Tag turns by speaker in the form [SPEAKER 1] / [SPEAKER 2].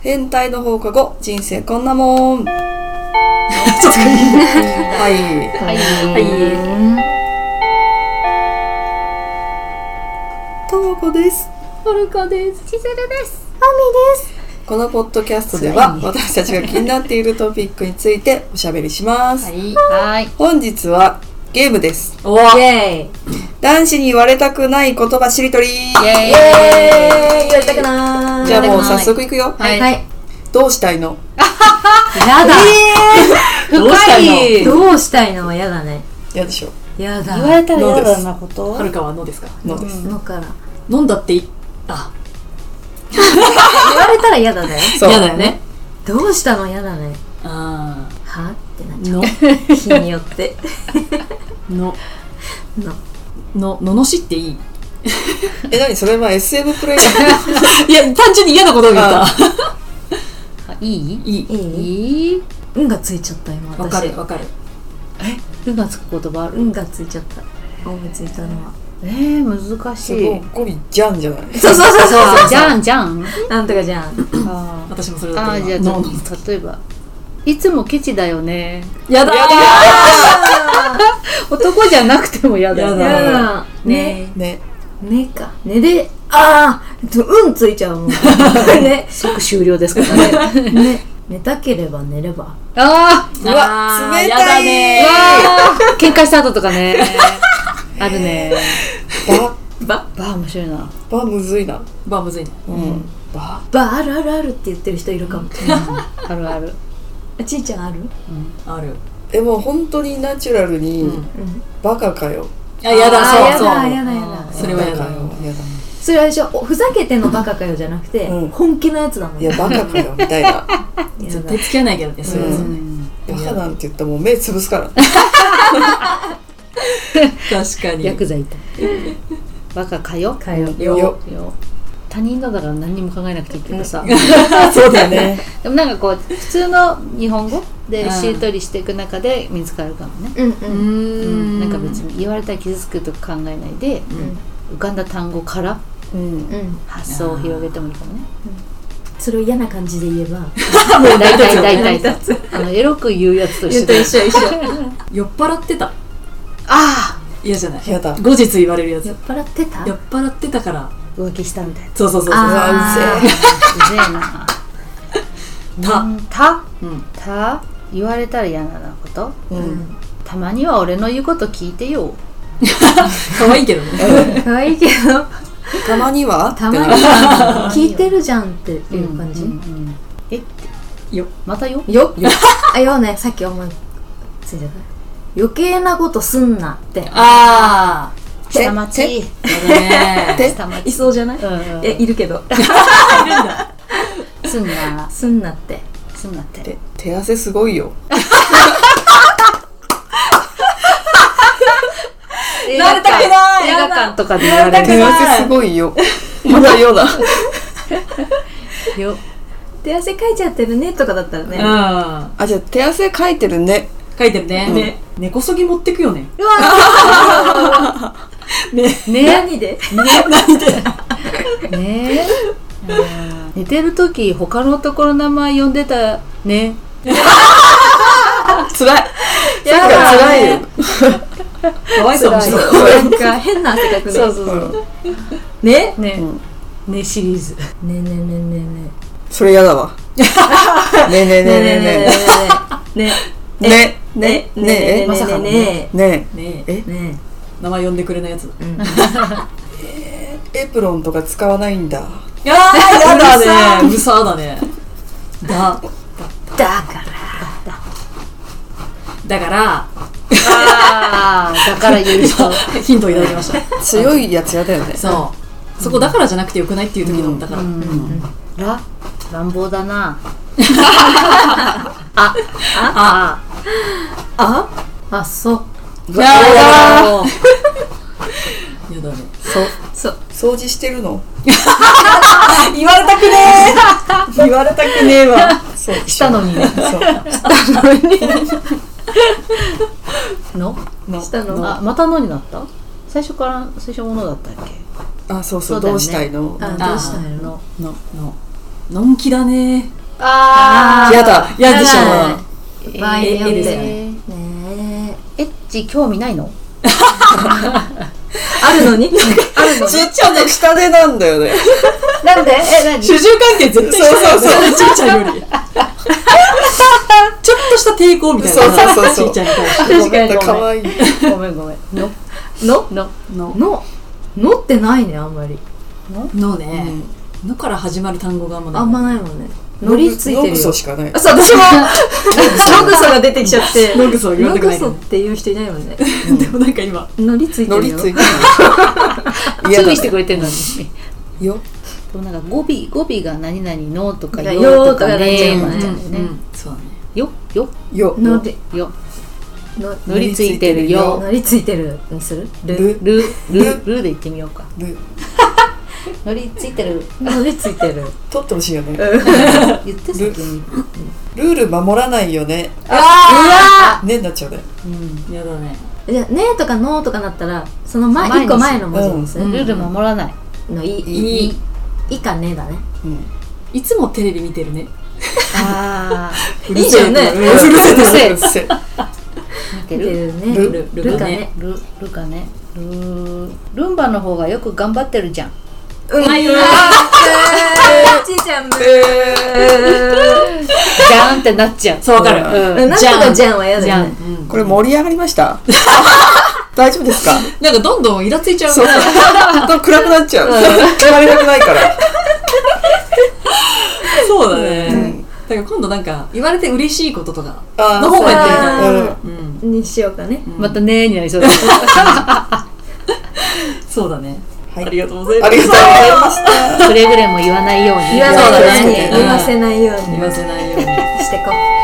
[SPEAKER 1] 変態の放課後人生こんなもんちょっといいはい
[SPEAKER 2] はい。
[SPEAKER 1] ともこです
[SPEAKER 2] はるかです。ちせるです。
[SPEAKER 1] このポッドキャストでは
[SPEAKER 2] ついに
[SPEAKER 1] 私たちが気になっているトピックについておしゃべりします、
[SPEAKER 2] い。はい。
[SPEAKER 1] 本日はゲームです
[SPEAKER 2] おわ。イェーイ。
[SPEAKER 1] 男子に言われたくない言葉しりとり
[SPEAKER 2] イェーイ。
[SPEAKER 3] 言われたくな
[SPEAKER 1] じゃあもう早速いくよ、
[SPEAKER 2] はい。。
[SPEAKER 3] はいい。
[SPEAKER 1] どうしたいの
[SPEAKER 3] やだ。
[SPEAKER 1] どうしたいの
[SPEAKER 3] どうしたいのはやだね。
[SPEAKER 1] 嫌でしょ
[SPEAKER 3] やだ。
[SPEAKER 4] 言われたら
[SPEAKER 1] どう
[SPEAKER 4] 嫌
[SPEAKER 1] です
[SPEAKER 4] だなこと
[SPEAKER 5] はるかはのですか
[SPEAKER 1] のです、
[SPEAKER 3] のから。
[SPEAKER 5] 飲んだっていあ
[SPEAKER 3] 言われたらやだね。
[SPEAKER 1] そう
[SPEAKER 5] 嫌だよね
[SPEAKER 3] どうしたのやだね。
[SPEAKER 5] あ
[SPEAKER 3] はってなっちゃ
[SPEAKER 5] の
[SPEAKER 3] う。日によって。
[SPEAKER 5] の
[SPEAKER 3] の。
[SPEAKER 5] のののしっていい
[SPEAKER 1] え何それは SM プレイヤー
[SPEAKER 5] いや単純に嫌なことを言った
[SPEAKER 1] あ
[SPEAKER 2] いい
[SPEAKER 5] いい
[SPEAKER 3] いい
[SPEAKER 2] いい
[SPEAKER 3] 運がついちゃった今 私。
[SPEAKER 5] わかるわかる
[SPEAKER 2] うがつく言葉ある
[SPEAKER 3] 運がついちゃった。思いついたのは。
[SPEAKER 2] えー、難し
[SPEAKER 1] すごいゴリじゃんじゃない
[SPEAKER 3] そうそうそうそう。
[SPEAKER 2] じゃんじゃん
[SPEAKER 3] なんとかじゃん。
[SPEAKER 4] あ
[SPEAKER 5] 私もそれだ
[SPEAKER 2] あ
[SPEAKER 5] った
[SPEAKER 2] ーじゃあち
[SPEAKER 5] 今
[SPEAKER 2] ょ
[SPEAKER 5] の
[SPEAKER 2] っと例えばいつもケチだよね
[SPEAKER 5] やだ
[SPEAKER 1] やだ
[SPEAKER 2] 男じゃなくても嫌だよ
[SPEAKER 5] や
[SPEAKER 2] ね
[SPEAKER 3] やだ。
[SPEAKER 2] ね
[SPEAKER 3] ね。
[SPEAKER 1] ね
[SPEAKER 3] ねか。ねで、ああ運ついちゃうもん。ね。
[SPEAKER 2] 即終了ですからね
[SPEAKER 3] ね。寝たければ寝れば。
[SPEAKER 2] あー
[SPEAKER 1] うわ
[SPEAKER 5] あー
[SPEAKER 1] 冷
[SPEAKER 5] やだ
[SPEAKER 1] たい
[SPEAKER 5] ね
[SPEAKER 2] あー喧嘩した後とか ねあるね
[SPEAKER 1] バ
[SPEAKER 3] ば、
[SPEAKER 2] わあ面白いな
[SPEAKER 1] バむずいな
[SPEAKER 5] バーむずいね
[SPEAKER 1] うんバ
[SPEAKER 3] ば、あるあるあるって言ってる人いるかも。
[SPEAKER 2] あるある
[SPEAKER 3] あちいちゃんある
[SPEAKER 5] ある
[SPEAKER 1] えもう本当にナチュラルに、
[SPEAKER 5] うん
[SPEAKER 1] バカかよ
[SPEAKER 5] あやだ
[SPEAKER 3] あー
[SPEAKER 5] そうそう
[SPEAKER 3] やだやだやだ
[SPEAKER 5] それはやだ
[SPEAKER 1] バカよやだ
[SPEAKER 3] それはあれでしょおふざけてのバカかよじゃなくて、
[SPEAKER 1] うん
[SPEAKER 3] 本気のやつだもん
[SPEAKER 1] いやバカかよみたいなバ
[SPEAKER 3] や
[SPEAKER 5] 絶
[SPEAKER 3] ばい
[SPEAKER 5] 対つけないけどねそれはそう
[SPEAKER 2] う
[SPEAKER 5] ね
[SPEAKER 2] ん
[SPEAKER 1] カなんて言ったらもう目つぶすから
[SPEAKER 5] 確かに
[SPEAKER 2] ヤクザいたバカかよ
[SPEAKER 3] かよ
[SPEAKER 1] よよ
[SPEAKER 2] よ他人だから何にも考えなくていいけどさ、
[SPEAKER 1] そうだよね
[SPEAKER 2] でもなんかこう普通の日本語でしりとりしていく中で見つかるかもね、
[SPEAKER 3] うんう
[SPEAKER 5] うん
[SPEAKER 2] うんん、なんか別に言われたら傷つくとか考えないで、浮かんだ単語から
[SPEAKER 1] うん
[SPEAKER 3] うん
[SPEAKER 2] 発想を広げてもいいかもね
[SPEAKER 3] それを嫌な感じで言えば
[SPEAKER 2] 大体大体あのエロく言うやつと一緒だよ
[SPEAKER 3] 緒一緒
[SPEAKER 5] 酔っ払ってた
[SPEAKER 2] あ
[SPEAKER 5] 嫌じゃない
[SPEAKER 1] やだ
[SPEAKER 5] 後日言われるやつ
[SPEAKER 3] 酔っ払ってた
[SPEAKER 5] 酔っ払ってたから
[SPEAKER 2] あ浮気したみたいな
[SPEAKER 5] そうそうそうそう
[SPEAKER 3] あ
[SPEAKER 1] うわうぜ
[SPEAKER 2] うぜえな
[SPEAKER 5] た
[SPEAKER 2] うんた
[SPEAKER 5] うん
[SPEAKER 2] た言われたら嫌なこと
[SPEAKER 1] えうん
[SPEAKER 2] たまには俺の言うこと聞いてよ
[SPEAKER 5] 可愛いけどね
[SPEAKER 3] あ可愛いけど
[SPEAKER 1] たまには
[SPEAKER 3] たまに は聞いてるじゃんっていう感じ、
[SPEAKER 2] うんうんうんえって
[SPEAKER 5] よ
[SPEAKER 2] またよ
[SPEAKER 3] よっ あよねさっき思いついてた余計なことすんなって
[SPEAKER 5] ああ
[SPEAKER 2] 下町
[SPEAKER 5] やだね
[SPEAKER 2] 下町
[SPEAKER 3] いそうじゃない
[SPEAKER 2] うんうん
[SPEAKER 3] えいるけど
[SPEAKER 2] すんな
[SPEAKER 3] すんな って
[SPEAKER 2] すんなって
[SPEAKER 1] て手汗すごいよ
[SPEAKER 2] 映
[SPEAKER 5] なりたくない
[SPEAKER 2] 映画館とかで言われ
[SPEAKER 5] なり
[SPEAKER 1] 手
[SPEAKER 2] る
[SPEAKER 5] た
[SPEAKER 1] 汗すごいよまだよだ
[SPEAKER 2] よ
[SPEAKER 3] 手汗かいちゃってるねとかだったらね、
[SPEAKER 5] うん
[SPEAKER 1] あじゃあ手汗かいてるね
[SPEAKER 5] 書いてるねね根こそぎ持ってくよね
[SPEAKER 3] うわね何で
[SPEAKER 2] ねえ寝てる時他の男の名前呼んでたね
[SPEAKER 1] つらい
[SPEAKER 3] や
[SPEAKER 1] つ
[SPEAKER 3] だ
[SPEAKER 1] らいよ
[SPEAKER 5] かわいそう面白い
[SPEAKER 3] なんか変な汗か くね
[SPEAKER 2] そうそうそう
[SPEAKER 3] ね
[SPEAKER 2] ねねシリーズ
[SPEAKER 3] ねねねねね
[SPEAKER 1] それやだわねえねえねえねえね
[SPEAKER 3] ね
[SPEAKER 1] えねえ
[SPEAKER 3] ね
[SPEAKER 1] ねえ
[SPEAKER 3] まさかのね
[SPEAKER 1] ね
[SPEAKER 5] ね
[SPEAKER 1] え
[SPEAKER 5] え
[SPEAKER 1] え
[SPEAKER 3] ね
[SPEAKER 5] 名前呼んでくれないやつ
[SPEAKER 1] エプロンとか使わないんだ
[SPEAKER 5] いやーやだねうるさーだねだ
[SPEAKER 3] だから
[SPEAKER 5] だから
[SPEAKER 2] ああ だから言う人
[SPEAKER 5] ヒントをいただきました
[SPEAKER 1] 強いやつやだよね
[SPEAKER 5] そうそこだからじゃなくてよくないっていう時のだからうん
[SPEAKER 2] ら乱暴だな
[SPEAKER 5] あ
[SPEAKER 3] ああそう
[SPEAKER 5] やだーやだね
[SPEAKER 1] そう
[SPEAKER 3] そう
[SPEAKER 1] 掃除してるの
[SPEAKER 5] 言われたくね
[SPEAKER 1] 言われたくねえわそう
[SPEAKER 2] したのにね
[SPEAKER 1] そう
[SPEAKER 2] の
[SPEAKER 1] の
[SPEAKER 3] したの
[SPEAKER 2] あまたのになった最初から最初ものだったっけ
[SPEAKER 1] あそうそう
[SPEAKER 2] そうだよね
[SPEAKER 1] どうしたいの
[SPEAKER 3] あどうしたの
[SPEAKER 2] の
[SPEAKER 5] ーのののんきだね
[SPEAKER 3] あ
[SPEAKER 1] やだ
[SPEAKER 5] 嫌でし
[SPEAKER 3] は
[SPEAKER 5] ょ
[SPEAKER 3] 場合によっ
[SPEAKER 5] ええ
[SPEAKER 3] て
[SPEAKER 5] です
[SPEAKER 3] ねえ
[SPEAKER 2] エッチ興味ないの
[SPEAKER 3] あるの にあるの
[SPEAKER 1] ちっちゃの下手なんだよね。
[SPEAKER 2] なんでえ、 何
[SPEAKER 5] 主従関係絶対そうそうそうちいちゃ んよりちょっとした抵抗みたいな
[SPEAKER 1] そうそうそうそう
[SPEAKER 5] ちいちゃんに対
[SPEAKER 2] 確
[SPEAKER 5] して
[SPEAKER 2] かにごめん
[SPEAKER 1] 可愛い。
[SPEAKER 2] ごめんごめん。の
[SPEAKER 3] の
[SPEAKER 2] の
[SPEAKER 5] の
[SPEAKER 3] ののってないねあんまり
[SPEAKER 5] のね、のから始まる単語があんまない
[SPEAKER 3] あんまないもんねのりついて
[SPEAKER 1] ノ
[SPEAKER 3] る
[SPEAKER 1] グ
[SPEAKER 3] よ
[SPEAKER 1] ソしかない
[SPEAKER 3] あ。そう私も のぐそが出てきちゃって
[SPEAKER 5] のぐそ言
[SPEAKER 3] の
[SPEAKER 5] われたく
[SPEAKER 3] ぐ
[SPEAKER 5] ないけ
[SPEAKER 3] そっ
[SPEAKER 5] ど
[SPEAKER 3] ていう人いないもんね
[SPEAKER 5] でもなんか今
[SPEAKER 3] のりついて
[SPEAKER 1] ノ
[SPEAKER 3] る
[SPEAKER 1] リ
[SPEAKER 3] よ
[SPEAKER 1] ついてる。
[SPEAKER 2] 注意しててくれてるのに。
[SPEAKER 1] よ。
[SPEAKER 2] でもなんか語尾、語尾が何々のとか
[SPEAKER 3] いや
[SPEAKER 2] よとかね
[SPEAKER 3] よと
[SPEAKER 2] な
[SPEAKER 3] か
[SPEAKER 2] っ
[SPEAKER 3] なっ
[SPEAKER 2] ち
[SPEAKER 3] ち
[SPEAKER 2] ゃ
[SPEAKER 3] ゃ
[SPEAKER 2] うだ
[SPEAKER 3] うんんだ
[SPEAKER 2] よね。
[SPEAKER 5] うん、そうだね
[SPEAKER 2] よ、よ、
[SPEAKER 1] よ。
[SPEAKER 3] のり
[SPEAKER 2] よ、
[SPEAKER 3] の
[SPEAKER 2] 乗りついてるよ、
[SPEAKER 3] のりついてるにする
[SPEAKER 1] ル。
[SPEAKER 2] ル、ル、ルで言ってみようか。
[SPEAKER 1] ル。
[SPEAKER 2] 乗りついてる。
[SPEAKER 3] のりついて る
[SPEAKER 1] 取ってほしいよね。
[SPEAKER 2] 言って先に。
[SPEAKER 1] ルール守らないよね。
[SPEAKER 3] あ
[SPEAKER 1] ねになっちゃうね。
[SPEAKER 2] うん。
[SPEAKER 5] やだね
[SPEAKER 3] うわじゃあねとかのとかなったらその前
[SPEAKER 2] 前に
[SPEAKER 3] 一個前の文字にす
[SPEAKER 5] うん
[SPEAKER 3] る
[SPEAKER 2] ルール守らない。
[SPEAKER 3] のい
[SPEAKER 1] い
[SPEAKER 3] いいいかねだね
[SPEAKER 1] うん。
[SPEAKER 5] いつもテレビ見てるね
[SPEAKER 2] ああ。
[SPEAKER 3] いいじゃんね
[SPEAKER 1] うるせえ。うるせえ。うるせえ。
[SPEAKER 2] 見て
[SPEAKER 3] 見て
[SPEAKER 2] る。
[SPEAKER 3] るね
[SPEAKER 1] ル
[SPEAKER 5] ルル
[SPEAKER 3] ル
[SPEAKER 5] ル
[SPEAKER 3] か
[SPEAKER 5] カ
[SPEAKER 3] ね
[SPEAKER 5] ね
[SPEAKER 2] ル、ルかね。ルー、ルンバの方がよく頑張ってる じゃん。
[SPEAKER 3] うん
[SPEAKER 5] はいよ
[SPEAKER 3] あーちいちゃんも
[SPEAKER 2] じゃんってなっちゃう。
[SPEAKER 5] そうわかる
[SPEAKER 2] うん
[SPEAKER 3] うんなんとかじゃんは嫌だ
[SPEAKER 2] じゃ
[SPEAKER 3] よね
[SPEAKER 2] ん。
[SPEAKER 5] うん
[SPEAKER 1] これ盛り上がりました大丈夫ですか
[SPEAKER 5] なんかどんどんイラついちゃう
[SPEAKER 1] そうそう。暗くなっちゃう。止まれなくないから。
[SPEAKER 5] そうだね、
[SPEAKER 1] うん
[SPEAKER 5] だから今度なんか言われて嬉しいこととか
[SPEAKER 1] あー
[SPEAKER 5] の方がやってみたい
[SPEAKER 1] うん
[SPEAKER 5] うん、
[SPEAKER 3] にしようかね
[SPEAKER 2] またねーになりそうだね。
[SPEAKER 5] そうだね、
[SPEAKER 1] はい
[SPEAKER 5] ありがとうございま
[SPEAKER 1] あ
[SPEAKER 5] す
[SPEAKER 1] りがとうございました。
[SPEAKER 2] くれぐれも言わないように。
[SPEAKER 3] 言わ
[SPEAKER 1] そう
[SPEAKER 3] な
[SPEAKER 1] だ
[SPEAKER 3] いように
[SPEAKER 1] ね
[SPEAKER 3] 言わせないよう
[SPEAKER 5] 言
[SPEAKER 3] に
[SPEAKER 5] わせないように
[SPEAKER 3] してこう